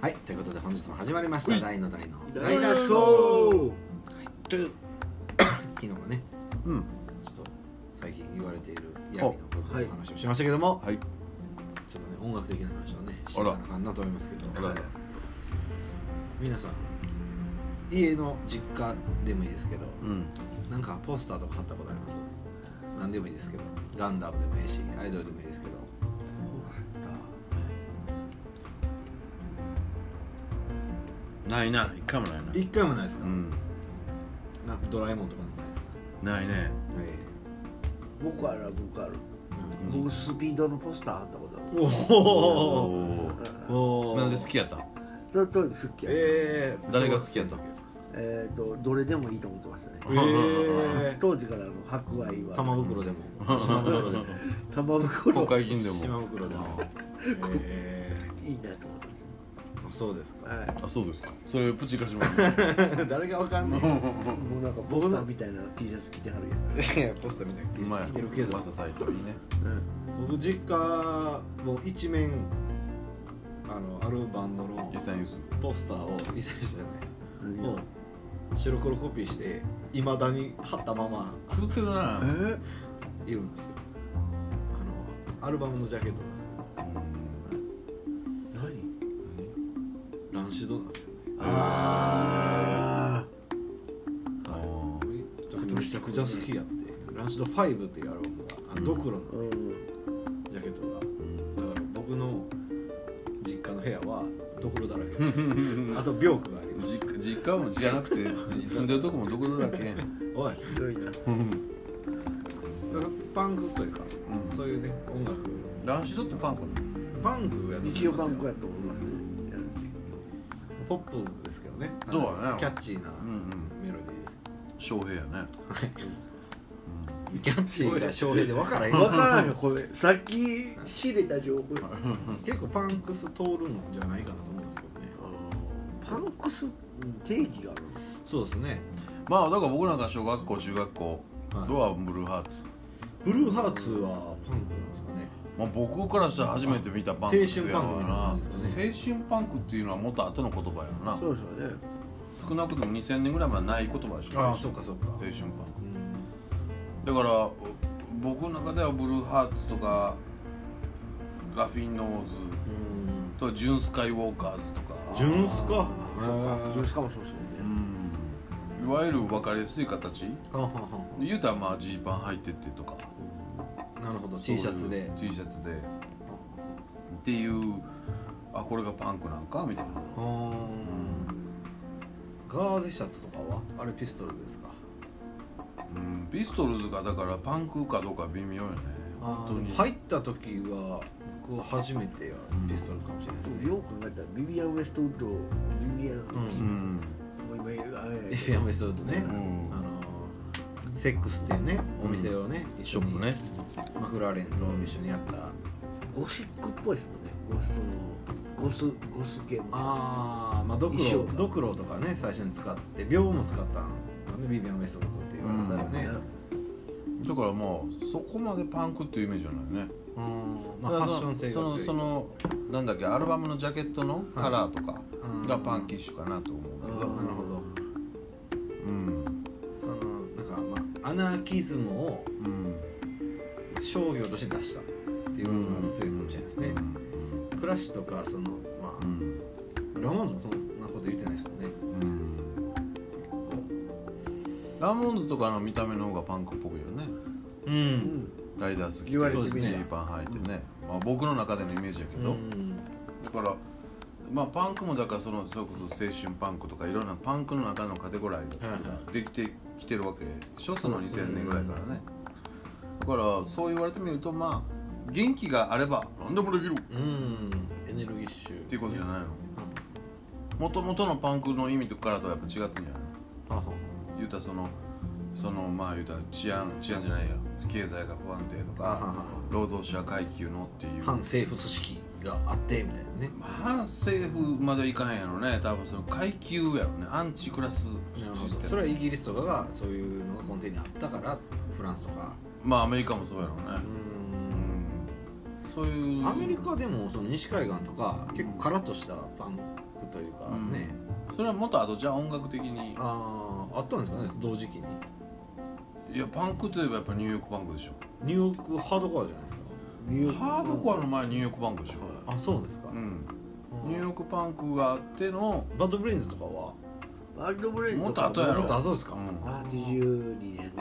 はい、ということで本日も始まりましうたい大の大の大大脱脱走走という昨日はねうんちょっと最近言われている闇の部分の話をしましたけども、はいちょっとね音楽的な話をねしてあいからなあかんなと思いますけど、あら皆さん家の実家でもいいですけどうんなんかポスターとか貼ったことあります何でもいいですけどガンダムでもいいしアイドルでもいいですけどないな一回もないな一回もないですうか,、んなドラえもんとかでもないですか、ないねえ僕ある僕あるえなんですか僕スピードのポスター貼ったことあおおるおおなんで好き やったんその当時好きや、ええ誰が好きやったええっ、とどれでもいいと思ってましたねえー、当時からあの白米 玉は袋でも島袋でも玉国袋会議員で 島も袋でもえ いいなと思ってえー、あそうですかました、はあそうですかそれプチカシマ 誰がわかん ねい、もうなんかポスターみたいな T シャツ着てはるやん、えいやポスターみたいに来てるけどマササイトいいねうん、僕実家も一面あのアルバンドの予算ユースポスターを一切じゃない何もがう白黒コピーしていまだに貼ったまま狂ってるなえーいるんですよあのアルバムのジャケットなんですけど何ランシドなんですよねああめちゃくちゃ好きやってランシド5っていうアルバムがあのうんドクローうのんジャケットがだから僕の実家の部屋はドクロだらけですあと病区があります実実家もじゃなくて住んでるとこもどこだらけおいひどいなうんだからパンクスというかそういうね音楽ランシドってパンクパンクやと思います日よ曜パンクやと思いますねやるポップですけどねそうだねキャッチーなうんうんメロディーです翔平やねキャッチーが翔平で分からへんわからんよ これさっき仕入れた情報結構パンクス通るんじゃないかなと思うんですけどねパンクス定義があるのそうですねまあだから僕なんか小学校中学校はいドアブルーハーツブルーハーツはパンクなんですかねまあ、僕からしたら初めて見たパンクっていうのは青春パンクみたいな感じですか青春パンクっていうのはもっと後の言葉やろなそうですよね少なくとも2000年ぐらいまでない言葉でしょそうかそうか青春パンうんクだから僕の中ではブルーハーツとかラフィンノーズとかジュン・スカイウォーカーズとかジュンスカそうかしかもそうですようねんいわゆる分かりやすい形はんはんはんは言うたらまあジーパン履いてってとかんなるほど T シャツでそういう T シャツでっていうあこれがパンクなんかみたいなうーんガーゼシャツとかはあれピストルズですかうんピストルズがだからパンクかどうか微妙よね本当に入った時は僕初めてはピストルズかもしれないですねよく考えたらビビアン・ウェストウッドビビアンううんんもう今あれやめそうとねうんあのセックスっていうねお店をね一シ緒ョッにプねマクラーレンと一緒にやったゴシックっぽいですもんねゴスのゴスゴス系のああまあドクロ衣装ドクロとかね最初に使って秒も使ったのねビビアン・ウェストウッドって言われますよねだからもうそこまでパンクっていうイメージじゃないねうんまあだファかッらション性がそ強のいそのなんだっけアルバムのジャケットのカラーとかうんがパンキッシュかなと思うけなどるほどうんそのなんかまあアナーキズムをうん商業として出したっていうのが強いかもしれないですねうんクラッシュとかそのまうあんラモーンズもそんなこと言ってないですもんねうんラモンズとかの見た目の方がパンクっぽくよねううんんライダース言われてみ着れてばジーパン履いてね、まあ、僕の中でのイメージやけうど、んだからまあパンクもだからそのそれこそ青春パンクとかいろんなパンクの中のカテゴライズはいがはできてきてるわけでしょその2000年ぐらいからねだからそう言われてみるとまあ元気があれば何でもできるっうんエネルギッシュていうことじゃないのもともとのパンクの意味とからとはやっぱ違ってんじゃないのあはは言うたらそのそのまあ言うたら治安治安じゃないや経済が不安定とあはかは労働者階級のっていう反政府組織があってみたいなね反政府まではいかへんやろね多分その階級やろねアンチクラスシステムそれはイギリスとかがそういうのが根底にあったからフランスとかまあアメリカもそうやろううね、んうん、そういうアメリカでもその西海岸とか結構カラッとしたパンクというかうんね、それはもっとあとじゃあ音楽的にあああったんですかね同時期にいやパンクといえばやっぱニューヨークパンクでしょニューヨークハードコアじゃないですかニューヨークハードコアの前ニューヨークパンクでしょあそうですか、うんニューニューヨーヨークパンクがあってのクバッドブレインズとかはワールドブレインかもっと後やろもっと後ですか、うあ82年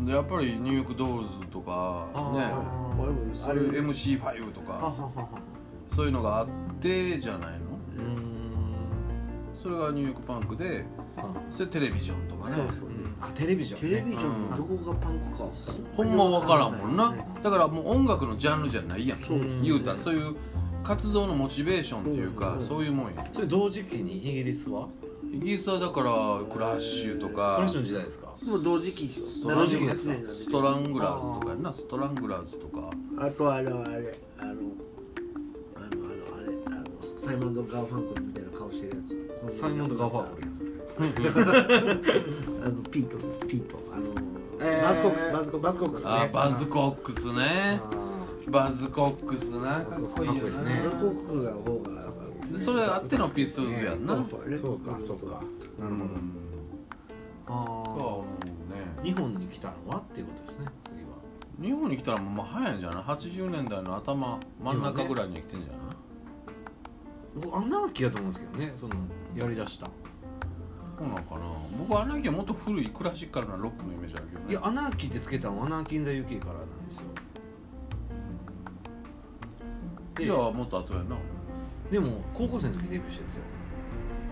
んでやっぱりニューヨークドールズとかあーねあれもそういう MC5 とははかははそういうのがあってじゃないのうーんそれがニューヨークパンクであそれテレビジョンとかねそうそううんあテレビジョン、ね、テレビジョンのどこがパンクかほんまわからんもんなわかいですねだからもう音楽のジャンルじゃないやんそうですね言うたらそういう活動のモチベーションといううんかうんそういうもんやそれ同時期にイギリスはイギリスはだからクラッシュとクラかッシュの時代ですかもう同時期でしょ同時期ですか78年なんストラングラーズとかやなストラングラーズとかあとあれあれあのあのあのあれあのサイモンド・ガーファンクルみたいな顔してるやつサイモンド・ガーファーコルやんそれあのピートピートあの、えーバズコックスバズコックバスズコックスねあバズコックスねバズコックスなかっこいいかっこいいよですバねねズコックスが方がそれあってのピストルズやんなそうとそうねそうかそうかなるほど、はああ思うね日本に来たのはっていうことですね次は日本に来たらもう早いんじゃない80年代の頭真ん中ぐらいに来てんじゃない僕アナーキーやと思うんですけどねそのやりだしたそうなのかな僕アナーキーはもっと古いクラシカルなロックのイメージあるけどねいやアナーキーってつけたのはアナーキー・イン・ザ・ユーキーからなんですよでじゃあもっと後やなでも高校生の時デビューしてるんですよ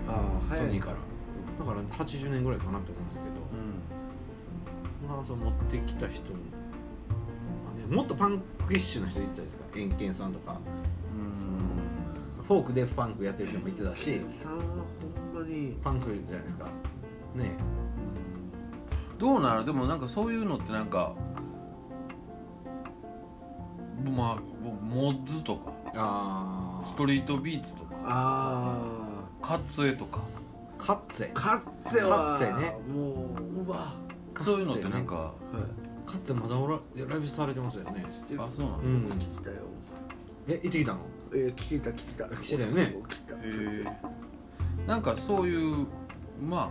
ああソ早いニーからだから80年ぐらいかなって思うんですけどうまあその持ってきた人に、まあね、もっとパンクッシュな人いてたじゃないですかエンケンさんとかんそのフォークでパンクやってる人もいてたしさんはほんまにパンクじゃないですかねうんどうなるでもなんかそういうのってなんかまあモッズとかあストリートビーツとかあカッツエとかカッツェあ勝っては勝ってねもううわそういうのってなんかはいカッツェまだおらライブされてますよねてあそうなんうだん来たよえ行ってきたのえー、来てた来てた来てたよね来たえーなんかそういうまあ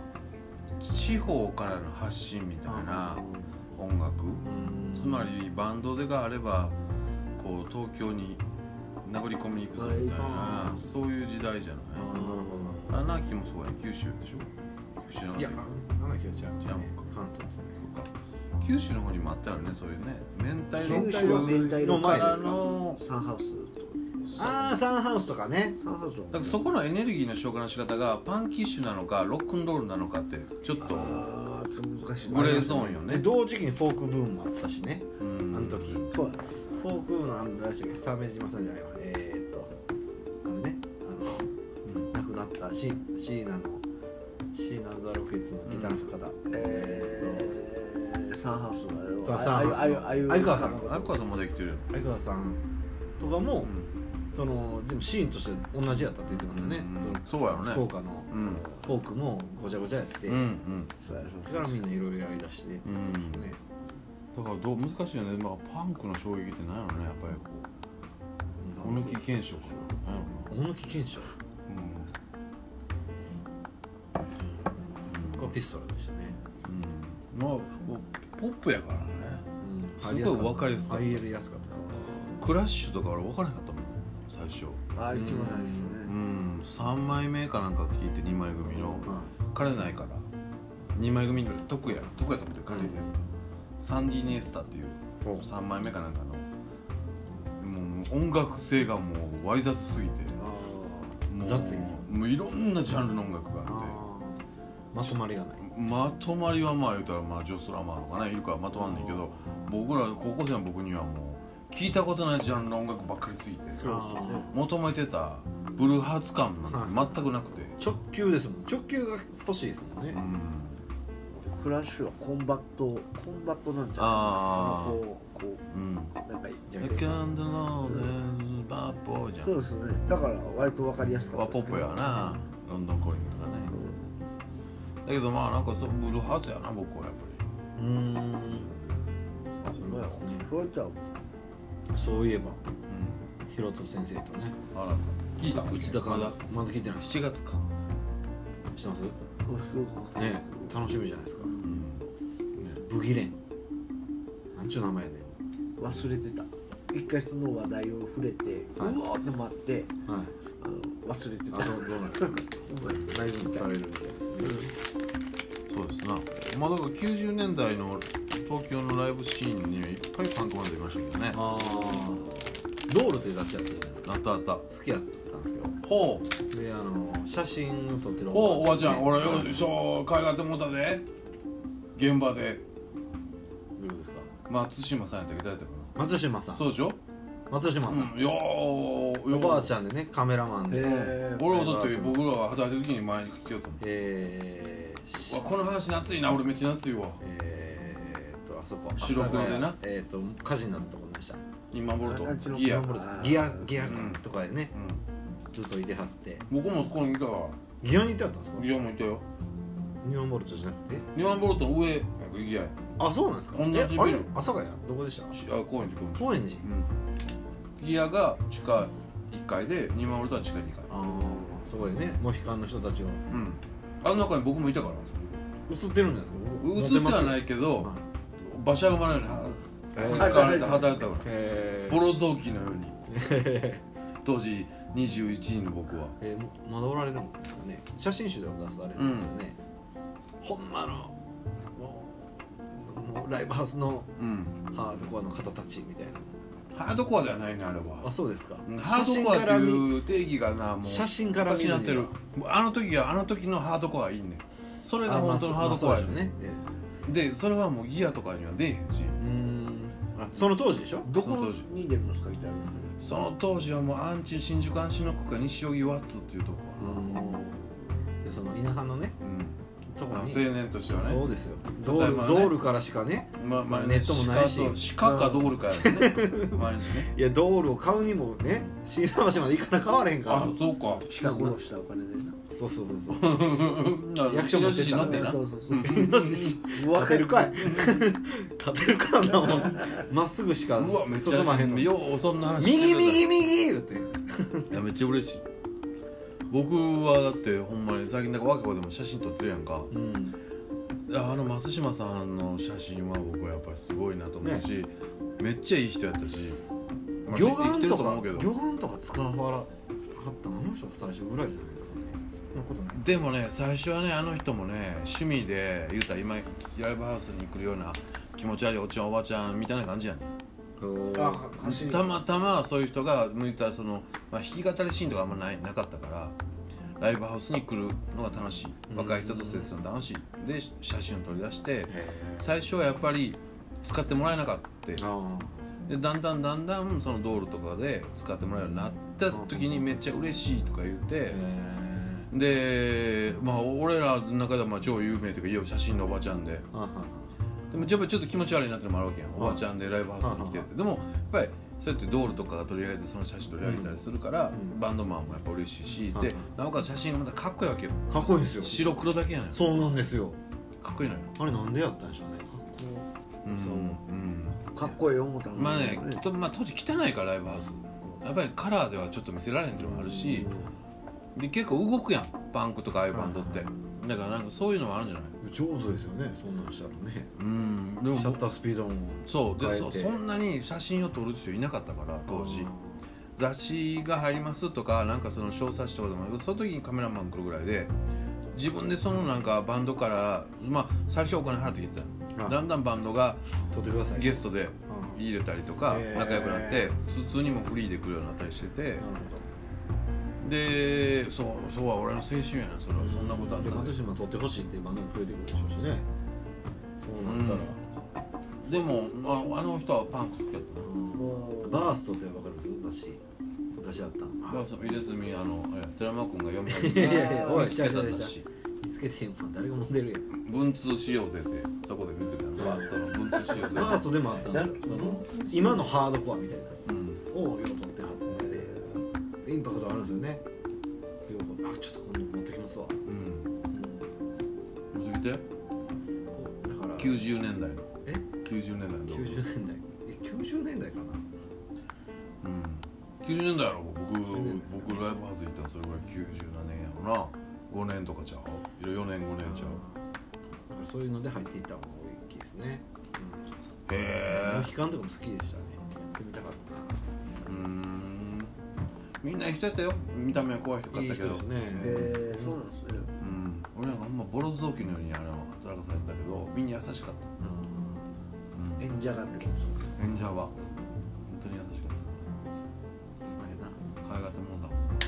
地方からの発信みたいな音楽うんつまりバンドでがあればこう東京に殴り込みに行くぞみたいはないそういう時代じゃなあーなるほいアナーキーもそうやね九州でしょ知らどないいやけどアナーキーは違いますね違うの関東ですね九州の方にもあったよねそういうね明太九州はロ明太の前の前でですすかかサンハウスとかああサンハウスとかねサンハウスはだからそこのエネルギーの消化の仕方がパンキッシュなのかロックンロールなのかってちょっとあーちょっと難しいなグレーゾーンよでね同時期にフォークブームもあったしねうあんの時フそうォークブームのあの誰でしたっけ鮫島さんじゃないわえーっとあのねうんあの亡くなったシシーナのシーナ・ザ・ロケッツのギターの方、えーサンハウスのあれはそうサンハウスのあゆあゆ鮎川さんあゆアクアともできてるよ相川さんとかも、うんそのでもシーンとして同じやったって言ってますよね、うんそのそうやろね福岡のうんフォークもごちゃごちゃやって、うんうんそうやだからみんないろいろやりだしてっていうことですね、だからどう難しいよね、まあ、パンクの衝撃ってないのねやっぱりこうう小ん抜き検証かななんや小野木賢章ろながピストルでしたね、うん、まあもうポップやからねすごい分かりやすかった入りやすかったですクラッシュとか俺分からへんかったもん最初そうああ行きませうんん3枚目かなんか聞いて2枚組の彼ないから2枚組の得や得やと思って彼で、サンディ・ニエスタっていうほう3枚目かなんかのもう音楽性がもうわい雑すぎてもう雑いですよもういろんなジャンルの音楽がああってまとまりがないまとまりはまあ言うたらまあジョスラマーとかねいるからまとまんねんけど僕ら高校生の僕にはもう聞いたことないジャンルの音楽ばっかりすぎてそうですね求めてたブルーハーツ感なんて全くなくて、直球ですもん直球が欲しいですもんね、うんでクラッシュはコンバットコンバットなんじゃないあーのこうこうんうなんかじゃ I あ can't lose it, bad boy じゃそうんですねだから割とわかりやすかはったポッですプねやなロンドンコーリングとかねだけどまあなんかそうブルーハーツやな僕はやっぱりうーんそうちゃうそういえばうんヒロト先生とねあら聞いた内田からままだだまだ聞いてない7月かしてますねもうすごくえ楽しみじゃないですかうんブギレンなんちゅう名前やね忘れてた一回その話題を触れて、はいうおーって待ってんはいあの忘れてたあどうどうなるか大丈夫されるみたいですねそうですなまあだから90年代の東京のライブシーンにはいっぱいパンクバンドいましたけどねあああ道路という雑誌やったじゃないですかったあった好きやったんですよほうであの写真を撮ってるほうおばばちゃん俺よどういいうしょ海岸って思ったで現場でことですか松島さんやったっけど誰やったか松島さなんそうでしょ、松島さん、うん、よーよおばあちゃんゃんでねカメラマンでえ俺はだって僕らが働いてる時に前に来てよと思えーしうわこの話夏いな俺めっちゃ夏いわえーっとあそこ白黒でな阿佐ヶ谷えーっと火事になったとこでした今ボルトあっちのギア、う今頃ギアギア感とかでねん、ずっといてはって僕もここにいたわギアにいてはったんですかギアもいたよニワンボルトじゃなくて2万ボルトの上ギアやあそうなんですか同じビルえあれ阿佐ヶ谷どこでしたしあ高円寺高円寺高円寺うん、ギアが地下1階で2万ボルトは地下2階ああそこでねモヒカンの人たちをうんあの中に僕もいたからなんですよ映ってるんじゃないですか僕映ってはなはいいけど馬車馬のようにはえーこいつかられて働いたかえらーボロ雑巾のように当時21人の僕は えー、まだおられるんですかね写真集でも出されるんですよね、ほんまのもうもうライブハウスのうんハードコアの方たちみたいなハードコアではないねあれあはそうですかうんハードコアって見いう定義がなもう写真から見昔るになはってるあの時はあの時のハードコアいいねそれがあまあ本当のハードコアまあやそうでしょうねねえでそれはもうギアとかには出えへんしーうーんあその当時でしょどこに出るんですかギターのその当時はもうアンチ新宿安心の区か西荻ワッツっていうとこでその田舎のねかな、うんとこまあ、に青年としてはそねうですよ実道際路,、はね道路からしかねまあまあネットもないし鹿と鹿かドールかやね 毎日 ねいや道路を買うにもね新桟橋まで行かな変われへんからあそうか鹿殺したお金でなそうそうそうそう 役 役所所持のって指ったら示になってなそうそうそうイノシシ勝てるかい勝てるかなもうまっすぐしかうわめっちゃ進まへんの右ようそんな話し右てくれた右言っていやめっちゃ嬉しい僕はだってほんまに最近なんか若い子でも写真撮ってるやんかうんいやあの松島さんの写真は僕はやっぱりすごいなと思うし、めっちゃいい人やったしまあ魚生き眼てるとと思かうけど魚眼とか使わはらはったのあの人が最初ぐらいじゃないですかねそんなことないでもね最初はねあの人もね趣味で言うたら今ライブハウスに来るような気持ち悪いおっちゃんおばちゃんみたいな感じやねあは走りたまたまそういう人が向いたらその、まあ、弾き語りシーンとかあんまないなかったからライブハウスに来るのが楽しい若い人と接するの楽しいで写真を取り出してへ最初はやっぱり使ってもらえなかったーあでだんだんだんだんその道路とかで使ってもらえるようになった時にめっちゃ嬉しいとか言ってーへーでまあ俺らの中ではまあ超有名というかいよ写真のおばちゃんであははでもやっぱりちょっと気持ち悪いなってのもあるわけやんおばちゃんでライブハウスに来てあてでもやっぱりそうやって道路とかが取り上げてその写真取り上げたりするから、うんバンドマンもやっぱ嬉しいし、あでなおかつ写真がまたかっこいいわけよかっこいいですよ白黒だけやねんかそうなんですよっこいいのよ、あれなんでやったんでしょうねかっうんそううかっこいい思ったん、のまあね、とまあ、当時汚いからライブハウスやっぱりカラーではちょっと見せられんっていうのもあるしで結構動くやんパンクとかああいうバンドってはいはだからなんかそういうのもあるんじゃない上手ですよねそんなんしたらねうんでシもャッタースピードもそう変でえそてそんなに写真を撮る人いなかったから当時雑誌が入りますとかなんかその小冊子とかでもその時にカメラマン来るぐらいで自分でそのなんかバンドからまあ最初はお金払ってきてあたのだんだんバンドが撮ってくださいゲストでうん入れたりとかへー仲良くなって普通にもフリーで来るようになったりしててなるほどでそうそうは俺の青春やなそれはそんなことあったでんだ松島取ってほしいっていうバンドも増えてくるでしょうしねそうなったら、でも、まあ、あの人はパンク好きやったなもうバーストってわかるんですか雑誌昔あったまあのその入れ墨あのあれ寺間君が読み始いやいめやいやおい見つちゃけうちゃたうちゃう雑誌見つけてへんもん誰が飲んでるや ん文通しようぜってそこで見つけたそうバーストの文通しようぜバーストでもあったんですよその今のハードコアみたいなうんのをよう取ってはってインパクトあるんですよねようあちょっと今度持ってきますわ、うんうん見つけてこうだから90年代のえ90年代の90年代90年代かなうん90年代やろ僕90年ですか僕ライブハウス行ったのそれぐらい90何年やろな5年とかちゃう4年5年ちゃうだからそういうので入っていったのが大きいですね、うん、へモヒカンとかも好きでしたねやってみたかっえうんみんないい人やったよ見た目は怖い人たかなっいいた人けどですねえー、そうなんですねうん俺なんかあんまボロ雑巾のようにあれは働かされてたけどみんな優しかったうん演者がってことですか演者は本当に優しかうんあれなだった可愛がってもんだもんって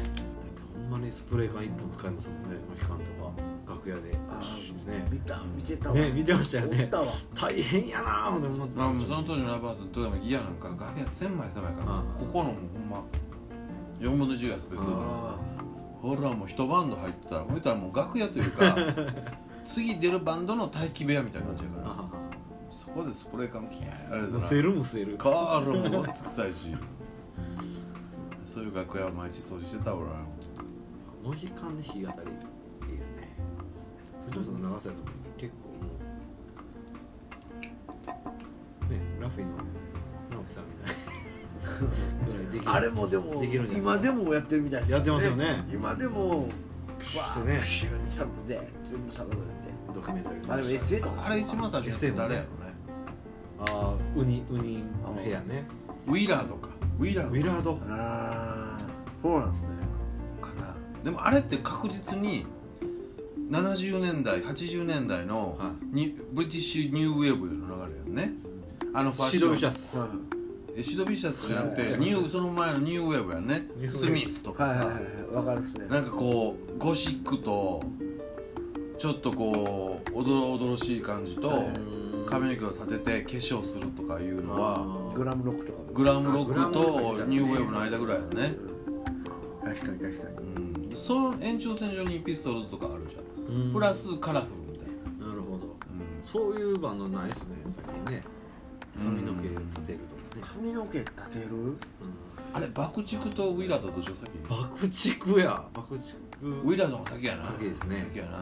ほんまにスプレー缶一本使いますもんねモヒカンとか楽屋であシュッーてね見た見てたわね見てましたよ見ねたわ大変やなぁと思ってまあ、もうそのの当時のライブハウスどうでもギアなんかガキが千枚狭いから、ああここのもうほんま4分の1ぐらいスペースだからあほらもう一バンド入ってたらほいたらもう楽屋という か次出るバンドの待機部屋みたいな感じやからそこでスプレー缶キャーやられた乗らせるもせるカールもごっつくさいしそういう楽屋は毎日掃除してた俺はモヒカンで弾き語りいいですね藤本さんの長さやと結構もうねラフィーの直樹さんみたいなぐらいできるーあれもでもできるんじゃな今いでもやってるみたいですやってますよね今でもプわシューッてねプシュッて立ってて全部探されてドキュメンタリーあでも SA とかあれ一番最初にやった誰やろねああウニウニの部屋ねウィラーとかウィラウーィラードああそうなんですねかなでもあれって確実に70年代80年代のはにブリティッシュニューウェーブの流れやんねあのファッシションドビシャスはえシドビシャスじゃなくはいてニューその前のニューウェーブやんねニューウェーブスミスといかはいさ、はいはいわかるっすねなんかこうゴシックとちょっとこうおどろおどろしい感じと、は髪の毛を立てて化粧するとかいうのはあーグラムロックとかもグラムロッあクグラムロックみたいなとねニューウェーブの間ぐらいだね、確かに確かにうん、その延長線上にピストルズとかあるじゃん、うんプラスカラフルみたいな、なるほどうんそういうバンドないですね最近ね髪の毛立てるとかね、髪の毛立てるうんあれ爆竹とウィラードどっちが先爆竹や爆竹ウィラードの先やな先ですね先やな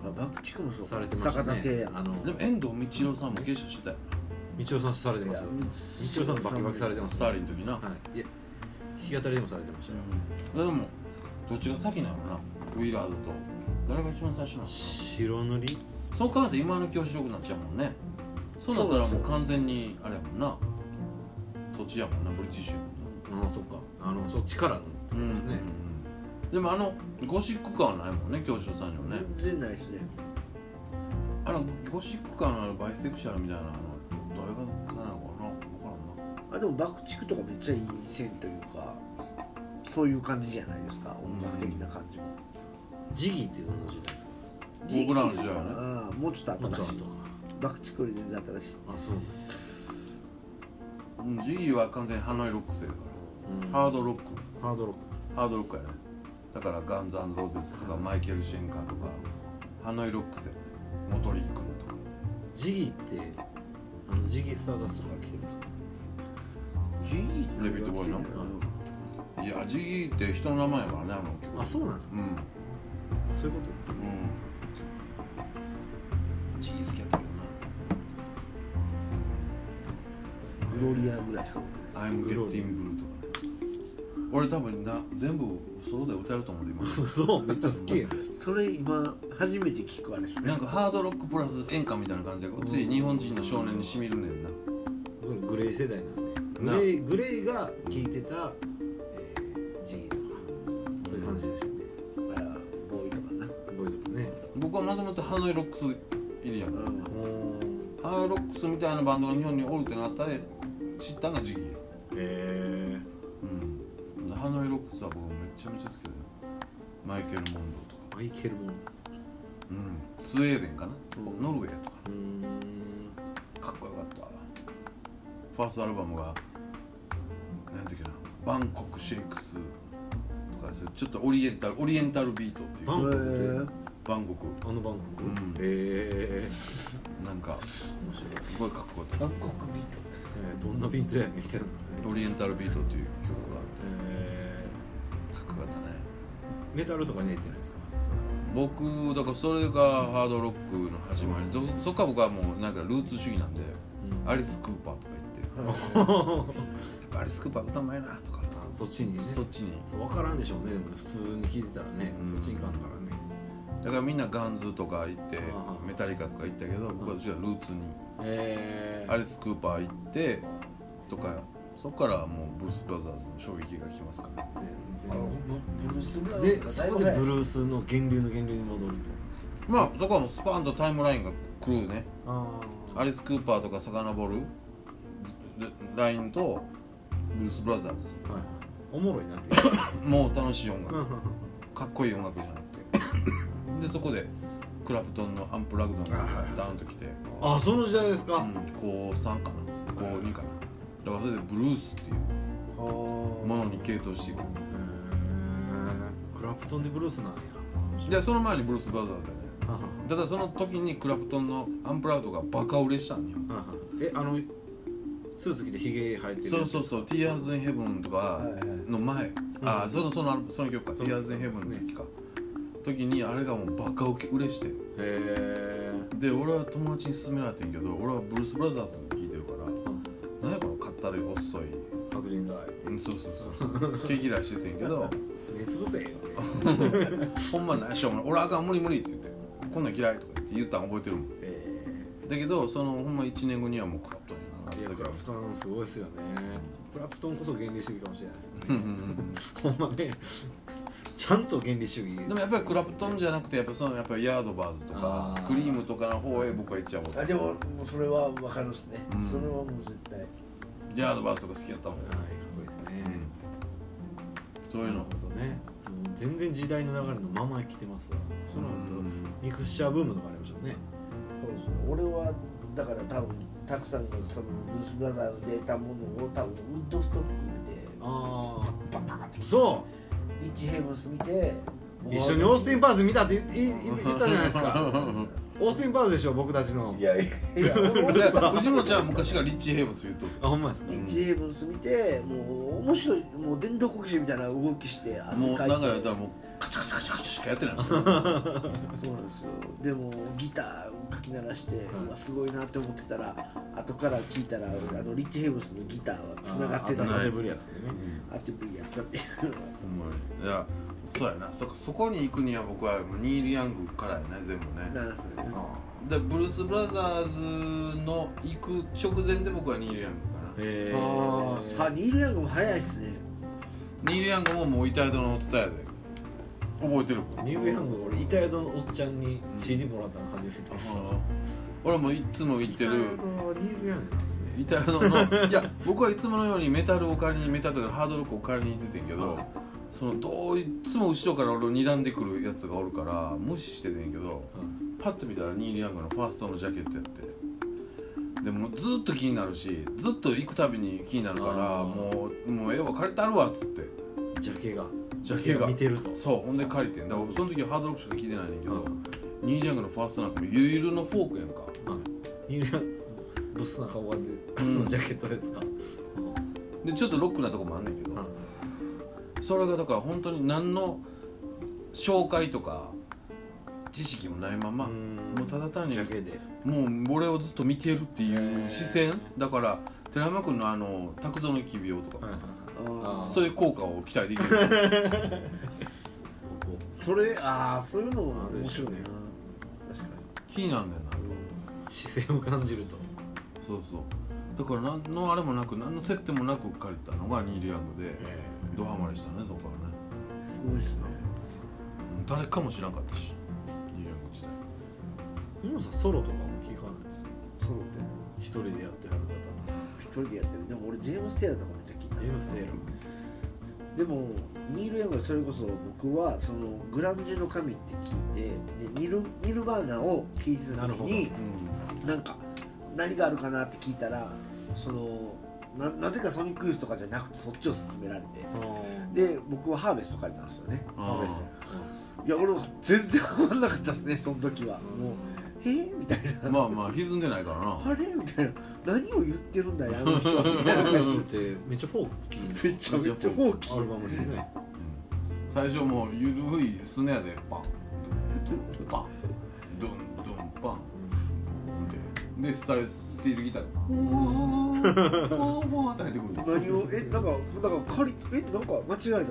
あバクチクもそうされてました坂ね田亭やあのでも遠藤道夫さんも化粧してたよ道夫さんされてます道夫さんバキバキされてなますスターリンの時な、はいいや弾き語りでもされてましたようん、でもどっちが先なのかなウィラードと誰が一番最初なのか白塗りなそう考えると今の教師力になっちゃうもんねそうなったらそうもうそう完全にあれやもんなそっちやもんなブリティッシュやもんなああそっかあのそっちからのってことですね、うんでもあのゴシック感はないもんね教師さんにはね全然ないですねあのゴシック感のあるバイセクシャルみたいなあの誰がさなのかな分からんなあでもバクチクとかめっちゃいい線というかそういう感じじゃないですか音楽的な感じもジギーってどの時代ですか僕らの時代はねああもうちょっともちろ新んしいとかバクチクより全然新しいあそうなんだうんジギーは完全にハノイロック生だからハードロックハードロックハードロックやねだからガンズローゼスとかマイケル・シェンカーとかハノイロック生モトリー・クルーとかジギーってあのジギースターダストから来てるんですかデビッドボーイのいやジギーって人の名前やからねあの曲あそうなんですかうんうんそういうことですねジギー好きやったけグロリアぐらいしかどな「I'm Getting Blue」とか俺多分な全部ソロで歌えると思うんで 今そうめっちゃ好きやそれ今初めて聞くあれですなねんかハードロックプラス演歌みたいな感じでこっちで日本人の少年にしみるねんなグレイ世代なんでグレイグレイが聴いてた、えー、ジギーとかそういう感じですね、あーボーイとかなボーイとかね僕はもともとハノイロックス入りやんうんハーロックスみたいなバンドが日本におるってなったら知ったんがジギーやえうんハノイロックスは僕めちゃめちゃ好きだよマイケル・モンローとかー、マイケルもうんスウェーデンかな、うんノルウェーとかうーんかっこよかったファーストアルバムが何ていうかなバンコク・シェイクスとかですよちょっとオリエンタルオリエンタルビートっていうバンコクってへバンコクあのバンコク、うんええなんか面白い、すごいかっこよかっバンコクビーえー、どんなビートやねんみたいなたオリエンタルビートっていう曲がえあってかっこよかったねー、メタルとかに入ってないですかそれは僕だからそれがハードロックの始まりどそっから僕はもうなんかルーツ主義なんでアリス・クーパーとか行ってっていうバリスクーパー歌うまいなとか そっちにねそっちにそう分からんでしょうねでもね普通に聞いてたらね、うんそっちに行かんからねだからみんなガンズとか行ってああメタリカとか行ったけど僕はうちはルーツにえー、アリス・クーパー行ってとかそこからもうブルース・ブラザーズの衝撃が来ますから全あのブブルース・ブラザ然ーズでがそだいこぶで早いブルースの源流の源流に戻るとまあそこはもうスパンとタイムラインが来るねああアリス・クーパーとかさかのぼるでラインとブルース・ブラザーズはい、おもろいな っていうもう楽しい音うんう楽んうんかっこいい音楽じゃなくて でそこでクラプトンのアンプラグドンがダーンと来て、あその時代ですうか、ん、高3かな高2かなだからそれでブルースっていうはあものに傾倒していくへークラプトンでブルースなんやでその前にブルース・ブラザーズやねははただその時にクラプトンのアンプラウドがバカ売れしたんよははえあのスーツ着てヒゲ生えてるそうそうそう「Tears in Heaven」とかはいはいの前、ああそのそのその曲か「そう Tears in Heaven」の時か時にあれがもうバカ受け売れしてへえで俺は友達に勧められてんけど俺はブルース・ブラザーズ聴いてるから何やこのかったるい遅い白人がうんそうそうそ うそう毛嫌いしててんけど目つぶせよほんまないしょうもない俺あかん無理無理って言ってこんなん嫌いとか言って言ったん覚えてるもんえだけどそのほんま1年後にはもうクラプトンになっー、いてやたクけラどプトンすごいですよねクラプトンこそ原理主義かもしれないですようんねうんうんほんまねちゃんと原理主義でもやっぱりクラプトンじゃなくてやっぱそのやっぱりヤードバーズとあかークリームとかの方へ僕は行っちゃうあでももうそれは分かるっすね、うんそれはもう絶対ヤードバーズとか好きだったもんはいかっこいいですね、そういうのほどね、うん全然時代の流れのまま来てますわその後、うんミクスチャーブームとかありましたよねそうですね俺はだから多分たくさんがそのブルース・ブラザーズで得たものを多分ウッドストック見てあバーンってあそリッチ・ヘイブンス見てう一緒にオースティン・バパーズ見たって言って言言ったじゃないですか オースティン・パーズでしょ僕たちのいやいやいや 俺ういるやさい藤本ちゃんは昔からリッチ・ヘイブス言うとあほんまですねリッチ・ヘイブンス見てもう面白いもう電動こけしみたいな動きして汗もうかいて長いやったらもうカチャカチャカチャカチャしかやってないそうなんですよでもギターかき鳴らして、んうわすごいなって思ってたら後から聞いたらあのリッチ・ヘイブンスのギターはつながってたあとあとナなデいブリやってるねあってブリやったっていうほんまにいやそうやなそこそこに行くには僕はもうニール・ヤングからやね全部ねなるほどねあでブルース・ブラザーズの行く直前で僕はニール・ヤングかーなへえあーあニール・ヤングも早いっすねニール・ヤングももうイタイドの伝えで覚えてるニューヤング俺イタヤドのおっちゃんに CD もらったの初めてです俺もいつも言ってイタるヤドはニューヤングなんですねイタリア のいや僕はいつものようにメタルを借りにメタルとかハードロックを借りに行っててんけどそのどういつも後ろから俺を睨んでくるやつがおるから無視しててんけどパッと見たらニール・ヤングのファーストのジャケットやってでもずっと気になるしずっと行くたびに気になるからあーもうもう絵は借りたるわっつってジャケがジャケが見てるとそうほんで借りてんだからその時はハードロックしか聞いてないねんけどニール・ヤングのファーストなんかもうゆるのフォークやんかニューヤングブスな顔がでんジャケットですかでちょっとロックなとこもあんねんけど、それがだから本当に何の紹介とか知識もないままもうただ単にジャケでもう俺をずっと見てるっていへーう視線だから寺山君のあの「拓造の奇病」とか、ああそういう効果を期待できる ーそれああそういうのもあるで面しょ白ういねな確か気になんねんな視線を感じるとそうそうだから何のあれもなく何の接点もなく借りたのがニール・ヤングでドハマりしたねそこからねにすごいっすねうん誰かも知らんかったしニール・ヤング自体藤本さんソロとかも聞かないですよそう一人でやってはる方と一人でやってるでも俺ジェームス・テイラーとかめっちゃ聞いたなエムステールでもニール・ヤングはそれこそ僕はそのグランジュの神って聞いてでニルニルバーナを聞いてた時になんか何があるかなって聞いたらそのななぜかソニックユースとかじゃなくてそっちを勧められてで僕はハーベスト借りたんですよねあーハーベストいや俺も全然ハマんなかったですねその時はもう「えみたいなまあまあ歪んでないから「あなれ?」みたいな「何を言ってるんだよあの人は」みたいハなーベストってめっちゃフォーキめちゃめちゃ大きいーアルバムですよね最初もうゆるいスネアでパンパンドンドンパンででスタイルスティールギターがもうもうって入ってくるの何をえなんかなんか借りえなんか間違えたのかなみたいな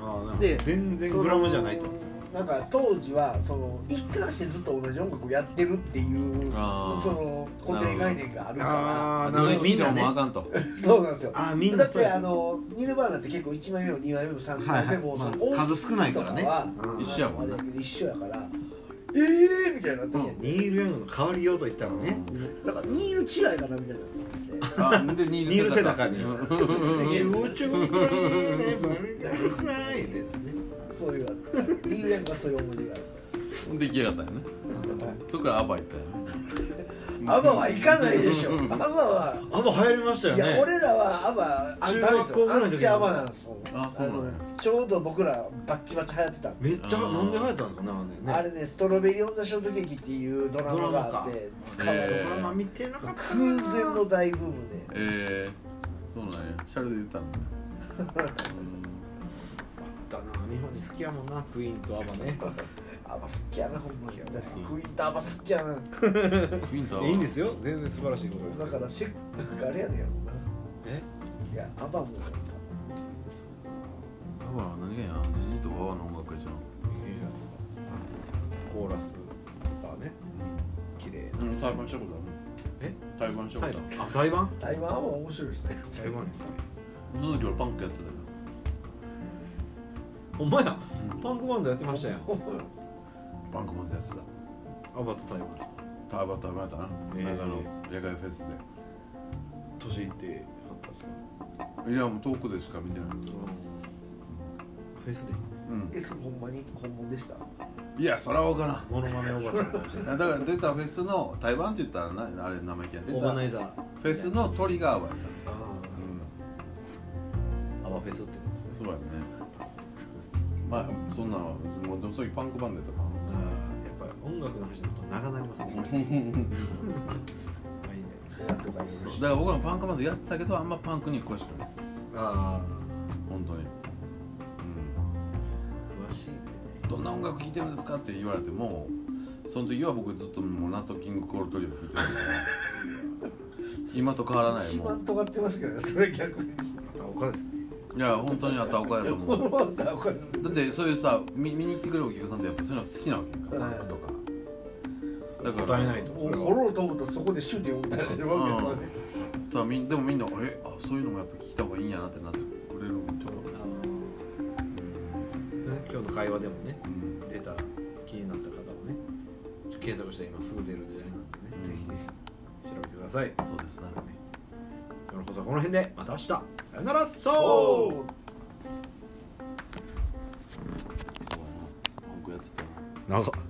ああなんかで全然グラムじゃないと思ってなんか当時はその一貫してずっと同じ音楽をやってるっていうあーその固定概念があるかあーどれ見んのねもあかんとらそうなんですよあーみんだなっそうてやあのニルバーナって結構1枚目も2枚目も3枚目も、はいはいそのまあ数少ないからね音楽とはうん一緒やもんねあれだけど一緒やからええー、みたいになってきて、ニール・ヤングの変わりようと言ったらね、なんかニール違いかなみたいになってあでニニール・セダカに「う集ん中トレーネバルダルクライ」ってやつねそういうあってニール・ヤングはそういう思い出があるほんで嫌だったよねそっからアバ行ったよねアバは行かないでしょアバはアバ流行りましたよいねや俺らはアバあ中ダメです学校ぐらいの時アンチアバなんですよあそうなんやあのちょうど僕らバッチバチ流行ってたんでめっちゃうんなんで流行ったんですかねあれねあれねストロベリー・オン・ザ・ショートケーキっていうドラマがあっドラて使かわれへてードラマ見てなかった空前の大ブームでえー、そうなんやシャレで言った のねだな日本人好きやもんなクイーンとアバねアバ好きやなほんまに好きやクなイーンとアバ好きやなうんクインターはいいんですよ全然素晴らしいことですだからせなんかあれやねんやろなえいやアバもなんかサバは何がやんジジイとババアの音楽やじゃんコーラスとかね綺麗なうん裁判したことえ裁判所裁判あ裁判台湾は面白いですね裁判ですねあるその時俺パンクやってたけどほんまやパンクバンドやってましたやんパンクマンでやってたアバと裁判ですターバターバやったな、えー中の野外フェス年いってよかったですかでいやもう遠くでしか見てないフェスでうんえそれほんまに本物でしたいやそら分からんモノマネおばちゃんかもしれないだから出たフェスの台湾って言ったらなあれ名前聞いてオーたガフナイザーェスのトリガーはやったアバフェスって言いますねそうやねまあそんなんはもうでもそういうパンクバンドと かあーやっぱり音楽の話だと長なりますねはいなんとか言いましそたうだから僕らもパンクバンドやってたけどあんまパンクに詳しくないあ本当に、あ詳しいってねうん、どんな音楽聴いてるんですかって言われてもその時は僕ずっともうナットキングコールトリオ聴いてるから今と変わらない一も番う尖ってますけどねそれ逆にまた岡ですねいや本当にあったらおかやと思こう のワンダーおかずだってそういうさ見見に来てくれるお客さんってやっぱそういうのが好きなわけよはパいンクとかだから答えないと掘それはろうと思ったらそこでシューティング打たれるわけですからねただみんでもみんなえあそういうのもやっぱ聞いた方がいいんやなってなってくれるちょっあのね今日の会話でもねと、うん出た気になった方をね検索して今すぐ出る時代なんでね、うんぜひね調べてくださいそうですね今日の放送はこの辺でまた明日さよならそうそそううやな文句やってたな長っ